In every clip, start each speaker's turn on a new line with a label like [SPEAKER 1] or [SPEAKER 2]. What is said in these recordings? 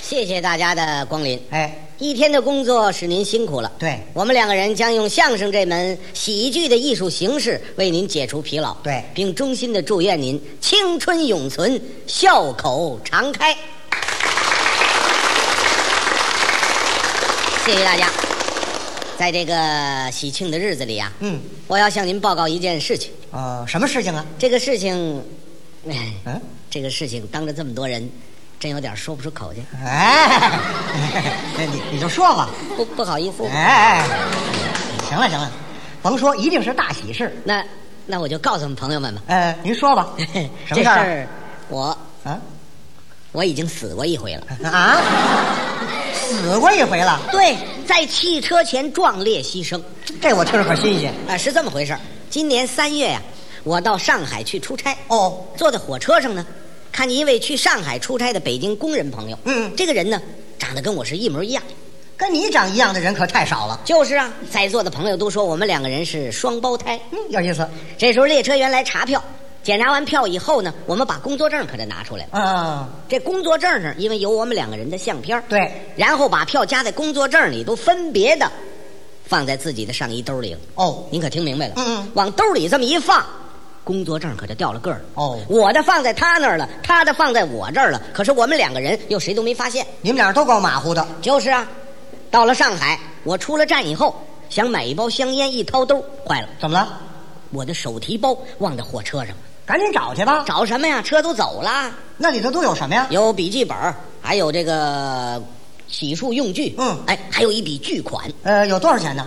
[SPEAKER 1] 谢谢大家的光临。
[SPEAKER 2] 哎，
[SPEAKER 1] 一天的工作使您辛苦了。
[SPEAKER 2] 对
[SPEAKER 1] 我们两个人将用相声这门喜剧的艺术形式为您解除疲劳。
[SPEAKER 2] 对
[SPEAKER 1] 并衷心的祝愿您青春永存，笑口常开。谢谢大家。在这个喜庆的日子里啊，
[SPEAKER 2] 嗯，
[SPEAKER 1] 我要向您报告一件事情。
[SPEAKER 2] 呃，什么事情啊？
[SPEAKER 1] 这个事情，哎，
[SPEAKER 2] 嗯，
[SPEAKER 1] 这个事情当着这么多人，真有点说不出口去，
[SPEAKER 2] 哎， 你你就说吧。
[SPEAKER 1] 不不好意思。
[SPEAKER 2] 哎，行了行了，甭说，一定是大喜事。
[SPEAKER 1] 那那我就告诉我们朋友们吧，，
[SPEAKER 2] 呃，您说吧 什
[SPEAKER 1] 这事
[SPEAKER 2] 么事儿
[SPEAKER 1] 儿我
[SPEAKER 2] 啊？
[SPEAKER 1] 我已经死过一回了。
[SPEAKER 2] 啊？ 死过一回了，
[SPEAKER 1] 对，在汽车前壮烈牺牲
[SPEAKER 2] 这我听着可新鲜。
[SPEAKER 1] 啊、是这么回事儿。今年三月呀、我到上海去出差，
[SPEAKER 2] 哦，
[SPEAKER 1] 坐在火车上呢，看见一位去上海出差的北京工人朋友。
[SPEAKER 2] 嗯
[SPEAKER 1] 这个人呢，长得跟我是一模一样。
[SPEAKER 2] 跟你长一样的人可太少了。
[SPEAKER 1] 就是啊，在座的朋友都说我们两个人是双胞胎。
[SPEAKER 2] 嗯，有意思。
[SPEAKER 1] 这时候列车员来查票，检查完票以后呢，我们把工作证可就拿出来了。
[SPEAKER 2] 嗯，
[SPEAKER 1] 这工作证上因为有我们两个人的相片儿，
[SPEAKER 2] 对。
[SPEAKER 1] 然后把票夹在工作证里，都分别的放在自己的上衣兜里了。
[SPEAKER 2] 哦，
[SPEAKER 1] 您可听明白了？
[SPEAKER 2] 嗯嗯
[SPEAKER 1] 往兜里这么一放，工作证可就掉了个儿了。
[SPEAKER 2] 哦
[SPEAKER 1] 我的放在他那儿了，他的放在我这儿了。可是我们两个人又谁都没发现。
[SPEAKER 2] 你们俩都够马虎的。
[SPEAKER 1] 就是啊，到了上海，我出了站以后，想买一包香烟，一掏兜，坏了，
[SPEAKER 2] 怎么了？
[SPEAKER 1] 我的手提包忘在火车上了。
[SPEAKER 2] 赶紧找去吧。
[SPEAKER 1] 找什么呀？车都走了，
[SPEAKER 2] 那里头都有什么呀？
[SPEAKER 1] 有笔记本儿，还有这个洗漱用具，
[SPEAKER 2] 嗯
[SPEAKER 1] 哎，还有一笔巨款
[SPEAKER 2] 呃，有多少钱呢？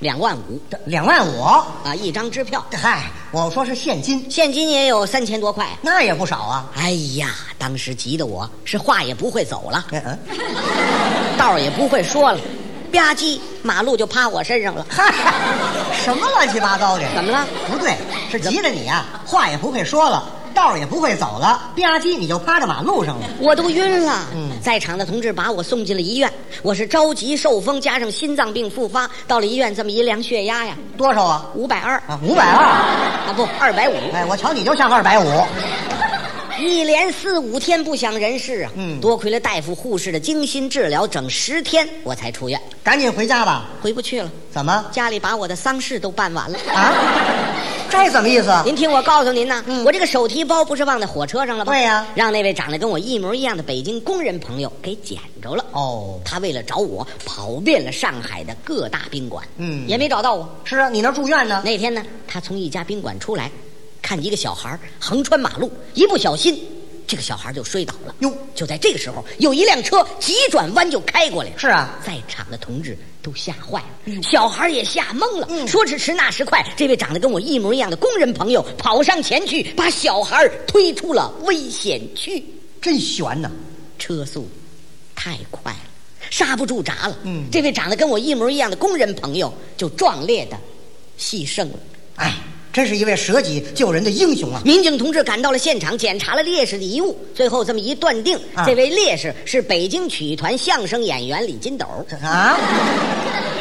[SPEAKER 1] 两万五
[SPEAKER 2] 两万五。
[SPEAKER 1] 啊，一张支票，
[SPEAKER 2] 嗨，我说是现金，
[SPEAKER 1] 现金也有三千多块。
[SPEAKER 2] 那也不少啊。
[SPEAKER 1] 哎呀，当时急得我是话也不会走了，
[SPEAKER 2] 嗯嗯，
[SPEAKER 1] 道儿也不会说了，吧唧，马路就趴我身上了。
[SPEAKER 2] 嗨，什么乱七八糟的？
[SPEAKER 1] 怎么了？
[SPEAKER 2] 不对，是急得你啊，话也不会说了，道儿也不会走了，吧唧你就趴在马路上了。
[SPEAKER 1] 我都晕了。
[SPEAKER 2] 嗯
[SPEAKER 1] 在场的同志把我送进了医院，我是着急受风，加上心脏病复发，到了医院这么一量血压呀，
[SPEAKER 2] 多少啊？
[SPEAKER 1] 五百二
[SPEAKER 2] 啊，五百二。
[SPEAKER 1] 啊不，二百五，
[SPEAKER 2] 哎，我瞧你就像二百五。
[SPEAKER 1] 一连四五天不省人事啊。
[SPEAKER 2] 嗯
[SPEAKER 1] 多亏了大夫护士的精心治疗，整十天我才出院，
[SPEAKER 2] 赶紧回家吧。
[SPEAKER 1] 回不去了。
[SPEAKER 2] 怎么
[SPEAKER 1] 家里把我的丧事都办完了。
[SPEAKER 2] 啊？这怎么意思？
[SPEAKER 1] 您听我告诉您呐、我这个手提包不是忘在火车上了吗？
[SPEAKER 2] 嗯对呀
[SPEAKER 1] 让那位长得跟我一模一样的北京工人朋友给捡着了。
[SPEAKER 2] 哦，
[SPEAKER 1] 他为了找我，跑遍了上海的各大宾馆，
[SPEAKER 2] 嗯
[SPEAKER 1] 也没找到我。
[SPEAKER 2] 是啊，你那儿住院呢？
[SPEAKER 1] 那天呢，他从一家宾馆出来，看一个小孩儿横穿马路，一不小心，这个小孩就摔倒了。
[SPEAKER 2] 哟
[SPEAKER 1] 就在这个时候，有一辆车急转弯就开过来了。
[SPEAKER 2] 是啊，
[SPEAKER 1] 在场的同志都吓坏
[SPEAKER 2] 嗯
[SPEAKER 1] 了，小孩也吓懵了。说时迟，那时快，这位长得跟我一模一样的工人朋友跑上前去，把小孩推出了危险区。
[SPEAKER 2] 真悬呐！
[SPEAKER 1] 车速太快了，刹不住闸了。
[SPEAKER 2] 嗯
[SPEAKER 1] 这位长得跟我一模一样的工人朋友就壮烈的牺牲了。
[SPEAKER 2] 哎，真是一位舍己救人的英雄啊！
[SPEAKER 1] 民警同志赶到了现场，检查了烈士的遗物，最后这么一断定，
[SPEAKER 2] 啊
[SPEAKER 1] 这位烈士是北京曲艺团相声演员李金斗。
[SPEAKER 2] 啊，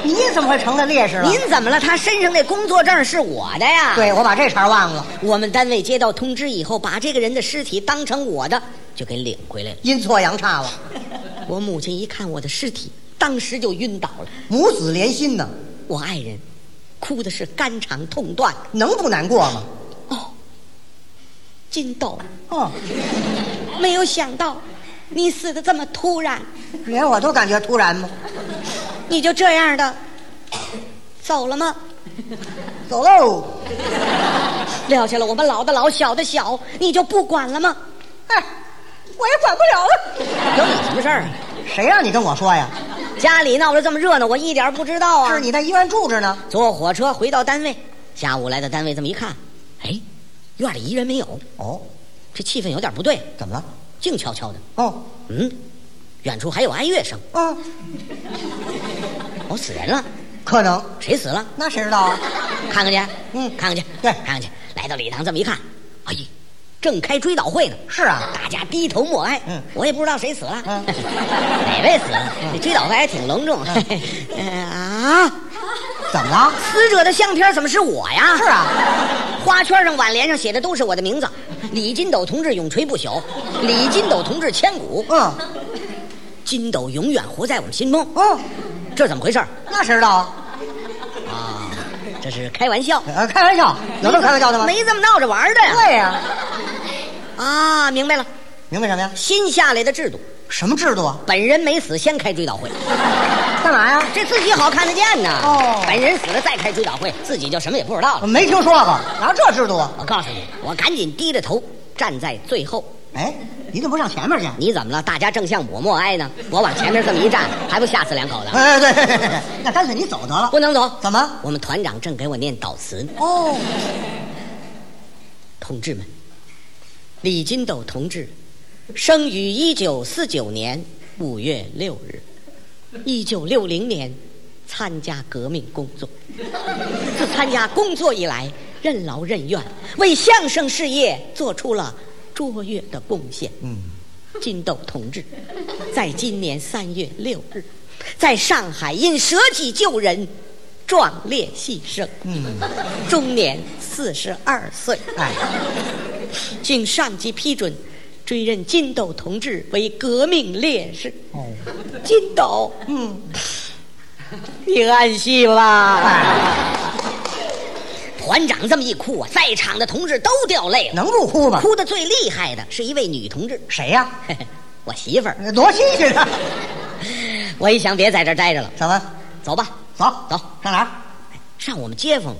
[SPEAKER 2] 你怎么会成了烈士了？
[SPEAKER 1] 您怎么了？他身上那工作证是我的呀。，
[SPEAKER 2] 对我把这茬忘了，
[SPEAKER 1] 我们单位接到通知以后，把这个人的尸体当成我的，就给领回来了。
[SPEAKER 2] 阴错阳差了，
[SPEAKER 1] 我母亲一看我的尸体，当时就晕倒了。
[SPEAKER 2] 母子连心呢，
[SPEAKER 1] 我爱人哭的是肝肠痛断。
[SPEAKER 2] 能不难过吗？
[SPEAKER 1] 哦，金斗，
[SPEAKER 2] 哦，
[SPEAKER 1] 没有想到你死的这么突然，
[SPEAKER 2] 连我都感觉突然吗？
[SPEAKER 1] 你就这样的走了吗？
[SPEAKER 2] 走喽！
[SPEAKER 1] 撂下了我们老的老，小的小，你就不管了吗？
[SPEAKER 2] 哎，我也管不了了。
[SPEAKER 1] 有你什么事儿啊？
[SPEAKER 2] 谁让你跟我说呀？
[SPEAKER 1] 家里闹得这么热闹，我一点儿不知道啊。
[SPEAKER 2] 是你在医院住着呢。
[SPEAKER 1] 坐火车回到单位，下午来到单位这么一看，哎，院里一人没有，
[SPEAKER 2] 哦，
[SPEAKER 1] 这气氛有点不对，
[SPEAKER 2] 怎么了？
[SPEAKER 1] 静悄悄的。
[SPEAKER 2] 哦，
[SPEAKER 1] 嗯，远处还有哀乐声，
[SPEAKER 2] 嗯，
[SPEAKER 1] 哦，死人了，
[SPEAKER 2] 可能，
[SPEAKER 1] 谁死了？
[SPEAKER 2] 那谁知道啊？
[SPEAKER 1] 看看去，
[SPEAKER 2] 嗯
[SPEAKER 1] 看看去，
[SPEAKER 2] 对
[SPEAKER 1] 看看去。来到礼堂这么一看，哎，正开追悼会呢，
[SPEAKER 2] 是啊，
[SPEAKER 1] 大家低头默哀。
[SPEAKER 2] 嗯
[SPEAKER 1] 我也不知道谁死了，
[SPEAKER 2] 嗯
[SPEAKER 1] 哪位死了？这追悼会还挺隆重。
[SPEAKER 2] 嗯
[SPEAKER 1] 呃 啊，
[SPEAKER 2] 怎么了？
[SPEAKER 1] 死者的相片怎么是我呀？
[SPEAKER 2] 是啊，
[SPEAKER 1] 花圈上、挽联上写的都是我的名字，李金斗同志永垂不朽，李金斗同志千古。
[SPEAKER 2] 嗯，
[SPEAKER 1] 金斗永远活在我的心中。
[SPEAKER 2] 哦，
[SPEAKER 1] 这怎么回事儿？
[SPEAKER 2] 那谁知道啊？
[SPEAKER 1] 啊，这是开玩笑，
[SPEAKER 2] 呃，开玩笑，有这么开玩笑的吗？
[SPEAKER 1] 没这么闹着玩儿的呀。
[SPEAKER 2] 对呀、
[SPEAKER 1] 啊，明白了，
[SPEAKER 2] 明白什么呀？
[SPEAKER 1] 新下来的制度，
[SPEAKER 2] 什么制度啊？
[SPEAKER 1] 本人没死先开追悼会，
[SPEAKER 2] 干嘛呀？
[SPEAKER 1] 这自己好看得见呐。
[SPEAKER 2] 哦
[SPEAKER 1] 本人死了再开追悼会，自己就什么也不知道
[SPEAKER 2] 我
[SPEAKER 1] 了。
[SPEAKER 2] 没听说过，哪有这制度啊？
[SPEAKER 1] 我告诉你，我赶紧低着头站在最后。
[SPEAKER 2] 哎，你怎么不上前面去？
[SPEAKER 1] 你怎么了？大家正向我默哀呢，我往前面这么一站，还不吓死两口子？
[SPEAKER 2] 哎，对，对对对那干脆你走得了。
[SPEAKER 1] 不能走，
[SPEAKER 2] 怎么？
[SPEAKER 1] 我们团长正给我念悼词呢。
[SPEAKER 2] 哦，
[SPEAKER 1] 同志们，李金斗同志生于一九四九年五月六日，一九六零年参加革命工作。自参加工作以来，任劳任怨，为相声事业做出了卓越的贡献。
[SPEAKER 2] 嗯，
[SPEAKER 1] 金斗同志，在今年三月六日，在上海因舍己救人，壮烈牺牲。
[SPEAKER 2] 嗯，
[SPEAKER 1] 终年四十二岁。
[SPEAKER 2] 哎，
[SPEAKER 1] 经上级批准，追认金斗同志为革命烈士。
[SPEAKER 2] 哦，
[SPEAKER 1] 金斗，
[SPEAKER 2] 嗯，
[SPEAKER 1] 你安息吧。
[SPEAKER 2] 哎，
[SPEAKER 1] 团长这么一哭啊，在场的同志都掉泪了。
[SPEAKER 2] 能不哭吗？
[SPEAKER 1] 哭的最厉害的是一位女同志，
[SPEAKER 2] 谁呀、
[SPEAKER 1] 嘿嘿 我媳妇儿。
[SPEAKER 2] 多新鲜啊！
[SPEAKER 1] 我一想，别在这儿待着了，
[SPEAKER 2] 怎么？
[SPEAKER 1] 走吧，
[SPEAKER 2] 走
[SPEAKER 1] 走
[SPEAKER 2] 上哪儿？
[SPEAKER 1] 上我们街坊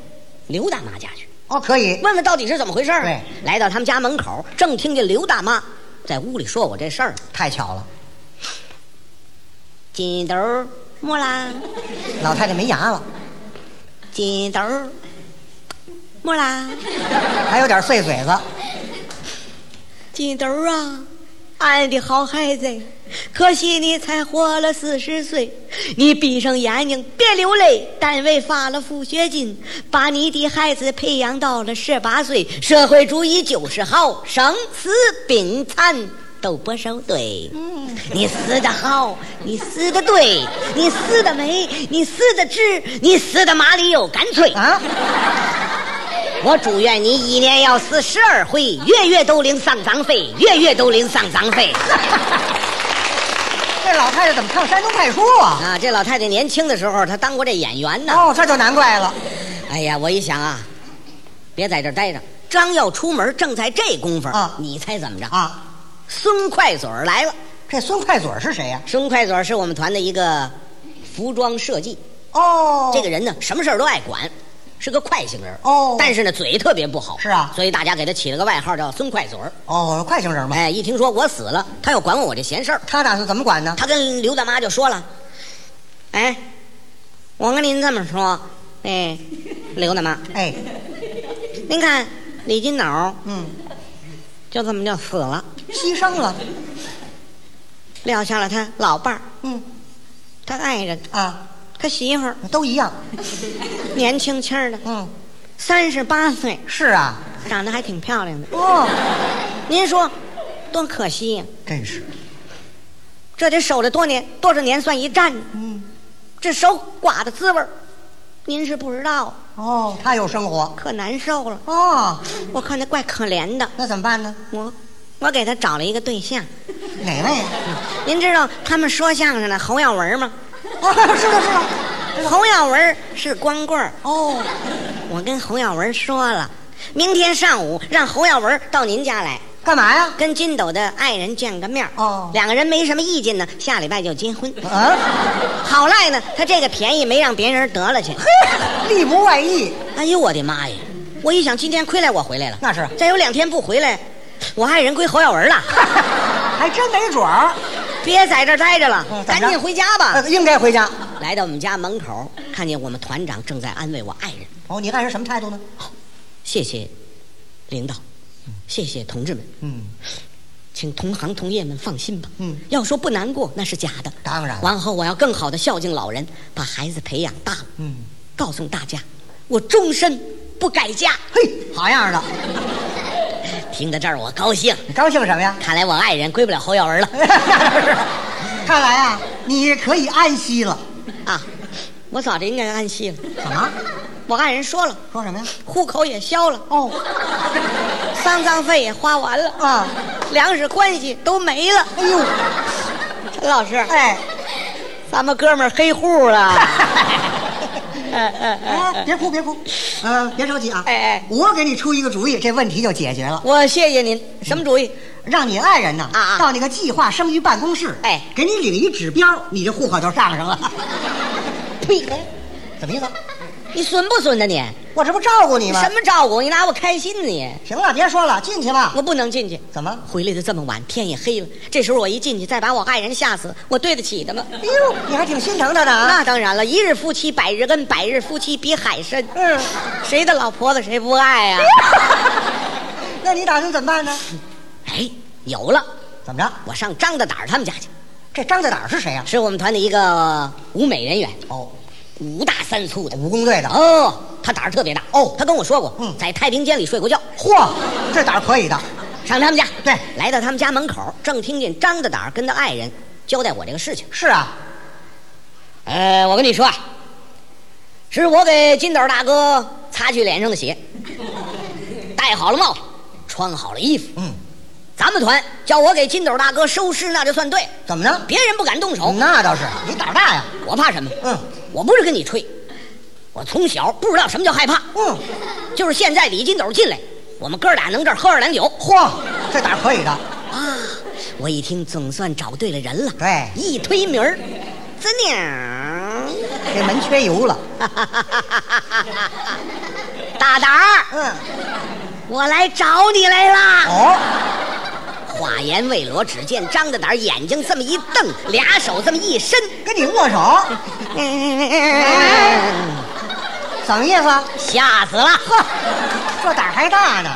[SPEAKER 1] 刘大妈家去，
[SPEAKER 2] 哦，可以。
[SPEAKER 1] 问问到底是怎么回事儿。啊
[SPEAKER 2] 对，
[SPEAKER 1] 来到他们家门口，正听见刘大妈在屋里说我这事儿呢。
[SPEAKER 2] 太巧了，
[SPEAKER 1] 金斗儿没啦，
[SPEAKER 2] 老太太没牙了，
[SPEAKER 1] 金斗儿没啦，
[SPEAKER 2] 还有点碎嘴子。
[SPEAKER 1] 金斗儿啊，俺的好孩子，可惜你才活了四十岁，你闭上眼睛别流泪。单位发了抚恤金，把你的孩子培养到了十八岁，社会主义就是好，生死病残都不受罪。你死的好，你死的对，你死的美，你死的值，你死的麻利又干脆。
[SPEAKER 2] 啊，
[SPEAKER 1] 我祝愿你一年要死十二回，月月都领丧葬费，月月都领丧葬 费。
[SPEAKER 2] 这老太太怎么唱山东快书啊？
[SPEAKER 1] 啊，这老太太年轻的时候，她当过这演员呢。
[SPEAKER 2] 哦，这就难怪了。
[SPEAKER 1] 哎呀，我一想啊，别在这儿待着，刚要出门，正在这功夫
[SPEAKER 2] 啊
[SPEAKER 1] 你猜怎么着？
[SPEAKER 2] 啊，
[SPEAKER 1] 孙快嘴儿来了。
[SPEAKER 2] 这孙快嘴儿是谁呀、
[SPEAKER 1] 孙快嘴儿是我们团的一个服装设计，
[SPEAKER 2] 哦，
[SPEAKER 1] 这个人呢，什么事儿都爱管，是个快性人儿
[SPEAKER 2] 哦
[SPEAKER 1] 但是呢，嘴特别不好。
[SPEAKER 2] 是啊
[SPEAKER 1] 所以大家给他起了个外号叫孙快嘴儿。
[SPEAKER 2] 哦，快行人嘛，
[SPEAKER 1] 哎，一听说我死了，他要管我这闲事儿。
[SPEAKER 2] 他打算怎么管呢？
[SPEAKER 1] 他跟刘大妈就说了：“哎，我跟您这么说，哎，刘大妈，
[SPEAKER 2] 哎，
[SPEAKER 1] 您看李金斗
[SPEAKER 2] 嗯，
[SPEAKER 1] 就这么就死了，
[SPEAKER 2] 牺牲了，
[SPEAKER 1] 撂下了他老伴儿、
[SPEAKER 2] 嗯
[SPEAKER 1] 他爱人、
[SPEAKER 2] 啊，
[SPEAKER 1] 他媳妇儿，
[SPEAKER 2] 都一样，
[SPEAKER 1] 年轻轻儿的，
[SPEAKER 2] 嗯，
[SPEAKER 1] 三十八岁，
[SPEAKER 2] 是啊，
[SPEAKER 1] 长得还挺漂亮的。
[SPEAKER 2] 哦，
[SPEAKER 1] 您说，多可惜呀、
[SPEAKER 2] 真是，
[SPEAKER 1] 这得守着多年多少年算一战，
[SPEAKER 2] 嗯，
[SPEAKER 1] 这守寡的滋味儿，您是不知道，
[SPEAKER 2] 哦，他有生活，
[SPEAKER 1] 可难受了。
[SPEAKER 2] 哦，
[SPEAKER 1] 我看他怪可怜的，
[SPEAKER 2] 那怎么办呢？
[SPEAKER 1] 我我给他找了一个对象。
[SPEAKER 2] 哪位？啊
[SPEAKER 1] 您知道他们说相声的侯耀文吗？
[SPEAKER 2] 哦，是的，是的，
[SPEAKER 1] 侯耀文是光棍儿，
[SPEAKER 2] 哦，
[SPEAKER 1] 我跟侯耀文说了，明天上午让侯耀文到您家来，
[SPEAKER 2] 干嘛呀？
[SPEAKER 1] 跟金斗的爱人见个面儿
[SPEAKER 2] 哦
[SPEAKER 1] 两个人没什么意见呢，下礼拜就结婚。
[SPEAKER 2] 啊，
[SPEAKER 1] 好赖呢，他这个便宜没让别人得了去。
[SPEAKER 2] 力不外溢，
[SPEAKER 1] 哎呦我的妈呀！我一想今天亏赖我回来了，
[SPEAKER 2] 那是
[SPEAKER 1] 再有两天不回来，我爱人归侯耀文了。
[SPEAKER 2] 还真没准儿，
[SPEAKER 1] 别在这儿待着了，
[SPEAKER 2] 嗯怎
[SPEAKER 1] 赶
[SPEAKER 2] 么着
[SPEAKER 1] 紧回家吧。
[SPEAKER 2] 呃应该回家。
[SPEAKER 1] 来到我们家门口，看见我们团长正在安慰我爱人。
[SPEAKER 2] 哦，你爱人什么态度呢？
[SPEAKER 1] 谢谢领导，谢谢同志们，
[SPEAKER 2] 嗯，
[SPEAKER 1] 请同行同业们放心吧。
[SPEAKER 2] 嗯
[SPEAKER 1] 要说不难过那是假的，
[SPEAKER 2] 当然
[SPEAKER 1] 往后我要更好的孝敬老人，把孩子培养大了。
[SPEAKER 2] 嗯，
[SPEAKER 1] 告诉大家，我终身不改嫁。
[SPEAKER 2] 嘿，好样的，
[SPEAKER 1] 听到这儿我高兴，
[SPEAKER 2] 你高兴什么呀？
[SPEAKER 1] 看来我爱人归不了侯耀文了
[SPEAKER 2] 看来啊，你可以安息了。
[SPEAKER 1] 啊！我早就应该安息了。
[SPEAKER 2] 怎么？
[SPEAKER 1] 我爱人说了，
[SPEAKER 2] 说什么呀？
[SPEAKER 1] 户口也消了，
[SPEAKER 2] 哦，
[SPEAKER 1] 丧葬费也花完了，
[SPEAKER 2] 啊，
[SPEAKER 1] 粮食关系都没了。
[SPEAKER 2] 哎呦，
[SPEAKER 1] 陈老师，
[SPEAKER 2] 哎，
[SPEAKER 1] 咱们哥们儿黑户了。哎哎哎
[SPEAKER 2] 哎，别哭别哭，呃，别着急啊。
[SPEAKER 1] 哎哎
[SPEAKER 2] 我给你出一个主意，这问题就解决了，
[SPEAKER 1] 我谢谢您，什么主意？
[SPEAKER 2] 让你爱人呢
[SPEAKER 1] 啊啊
[SPEAKER 2] 到那个计划生育办公室，
[SPEAKER 1] 哎
[SPEAKER 2] 给你领一指标，你这户口就上上了。
[SPEAKER 1] 呸！
[SPEAKER 2] 怎么意思？
[SPEAKER 1] 你损不损呢你？
[SPEAKER 2] 我这不照顾你
[SPEAKER 1] 你
[SPEAKER 2] 吗
[SPEAKER 1] 什？么照顾？你拿我开心呢你？
[SPEAKER 2] 行了，别说了，进去吧。
[SPEAKER 1] 我不能进去。
[SPEAKER 2] 怎么？
[SPEAKER 1] 回来的这么晚，天也黑了。这时候我一进去，再把我爱人吓死，我对得起他吗？
[SPEAKER 2] 哎呦，你还挺心疼他的啊。
[SPEAKER 1] 那当然了，一日夫妻百日恩，百日夫妻比海深。
[SPEAKER 2] 嗯，
[SPEAKER 1] 谁的老婆子谁不爱啊呀、
[SPEAKER 2] 那你打算怎么办呢？
[SPEAKER 1] 哎，有了，
[SPEAKER 2] 怎么着？
[SPEAKER 1] 我上张大胆儿他们家去，
[SPEAKER 2] 这张大胆儿是谁呀、啊
[SPEAKER 1] 是我们团的一个舞美人员，
[SPEAKER 2] 哦，
[SPEAKER 1] 五大三粗的。
[SPEAKER 2] 武工队的。
[SPEAKER 1] 哦，他胆儿特别大。
[SPEAKER 2] 哦
[SPEAKER 1] 他跟我说过，
[SPEAKER 2] 嗯
[SPEAKER 1] 在太平间里睡过觉。
[SPEAKER 2] 嚯，这胆儿可以的。
[SPEAKER 1] 上他们家，
[SPEAKER 2] 对
[SPEAKER 1] 来到他们家门口，正听见张大胆儿跟他爱人交代我这个事情。
[SPEAKER 2] 是啊，
[SPEAKER 1] 呃，我跟你说，啊，是我给金斗大哥擦去脸上的血，戴好了帽子，穿好了衣服。
[SPEAKER 2] 嗯，
[SPEAKER 1] 咱们团叫我给金斗大哥收尸，那就算对，
[SPEAKER 2] 怎么着？
[SPEAKER 1] 别人不敢动手。
[SPEAKER 2] 那倒是，你胆儿大呀。
[SPEAKER 1] 嗯我怕什么？
[SPEAKER 2] 嗯
[SPEAKER 1] 我不是跟你吹，我从小不知道什么叫害怕。
[SPEAKER 2] 嗯，
[SPEAKER 1] 就是现在李金斗进来，我们哥俩能这儿喝二两酒
[SPEAKER 2] 嚯，这胆儿可以的。
[SPEAKER 1] 啊！我一听，总算找对了人了。
[SPEAKER 2] 对
[SPEAKER 1] 一推门儿，滋鸟。
[SPEAKER 2] 这门缺油了。
[SPEAKER 1] 大胆儿，
[SPEAKER 2] 嗯，
[SPEAKER 1] 我来找你来啦！
[SPEAKER 2] 哦，
[SPEAKER 1] 话言未落，只见张大胆儿眼睛这么一瞪，俩手这么一伸，
[SPEAKER 2] 跟你握手， 什么意思啊？
[SPEAKER 1] 吓死了！
[SPEAKER 2] 呵，这胆儿还大呢。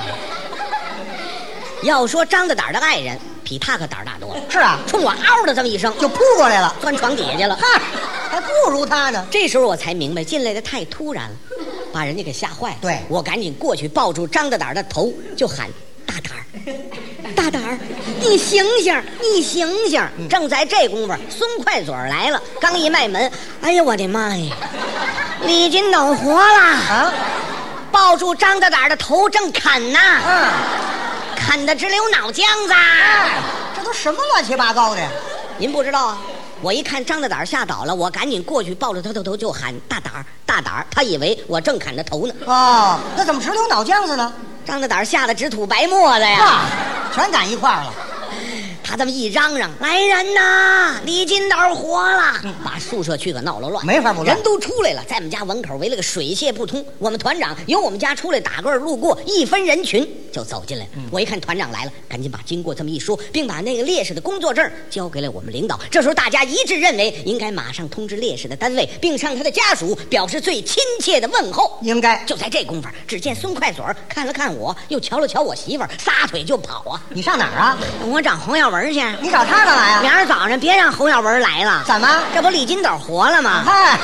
[SPEAKER 1] 要说张大胆儿的爱人，比他可胆儿大多了，
[SPEAKER 2] 是啊，
[SPEAKER 1] 冲我嗷的这么一声，
[SPEAKER 2] 就扑过来了。
[SPEAKER 1] 钻床底下去了。
[SPEAKER 2] 嗨，还不如他呢。
[SPEAKER 1] 这时候我才明白，进来的太突然了，把人家给吓坏了。
[SPEAKER 2] 对
[SPEAKER 1] 我赶紧过去抱住张大胆儿的头，就喊：“大胆儿，大胆儿，你醒醒，你醒醒！”正在这功夫，孙快嘴儿来了，刚一迈门，哎呀，我的妈呀！李金斗活了，
[SPEAKER 2] 啊，
[SPEAKER 1] 抱住张大胆儿的头正啃呢，
[SPEAKER 2] 嗯，
[SPEAKER 1] 啃得直流脑浆子。
[SPEAKER 2] 这都什么乱七八糟的呀？
[SPEAKER 1] 您不知道啊？我一看张大胆儿吓倒了，我赶紧过去抱着他的头就喊：“大胆儿，大胆儿！”他以为我正砍着头呢。
[SPEAKER 2] 哦，那怎么直流脑浆子呢？
[SPEAKER 1] 张大胆儿吓得直吐白沫子呀！
[SPEAKER 2] 啊，全赶一块儿了。
[SPEAKER 1] 他这么一嚷嚷：“来人呐！李金斗活了！”把宿舍区可闹了乱，
[SPEAKER 2] 嗯没法不乱
[SPEAKER 1] 人都出来了，在我们家门口围了个水泄不通。我们团长由我们家出来打个儿路过，一分人群就走进来
[SPEAKER 2] 嗯
[SPEAKER 1] 了。我一看团长来了，赶紧把经过这么一说，并把那个烈士的工作证交给了我们领导。这时候大家一致认为应该马上通知烈士的单位，并向他的家属表示最亲切的问候。
[SPEAKER 2] 应该，
[SPEAKER 1] 就在这功夫，只见孙快嘴儿看了看我，又瞧了瞧我媳妇儿，撒腿就跑啊！
[SPEAKER 2] 你上哪儿啊？
[SPEAKER 1] 我找洪耀文去。
[SPEAKER 2] 你
[SPEAKER 1] 啊
[SPEAKER 2] 找他干嘛呀？
[SPEAKER 1] 明儿早上别让洪耀文来了，
[SPEAKER 2] 怎么？
[SPEAKER 1] 这不李金斗活了吗？
[SPEAKER 2] 嗨，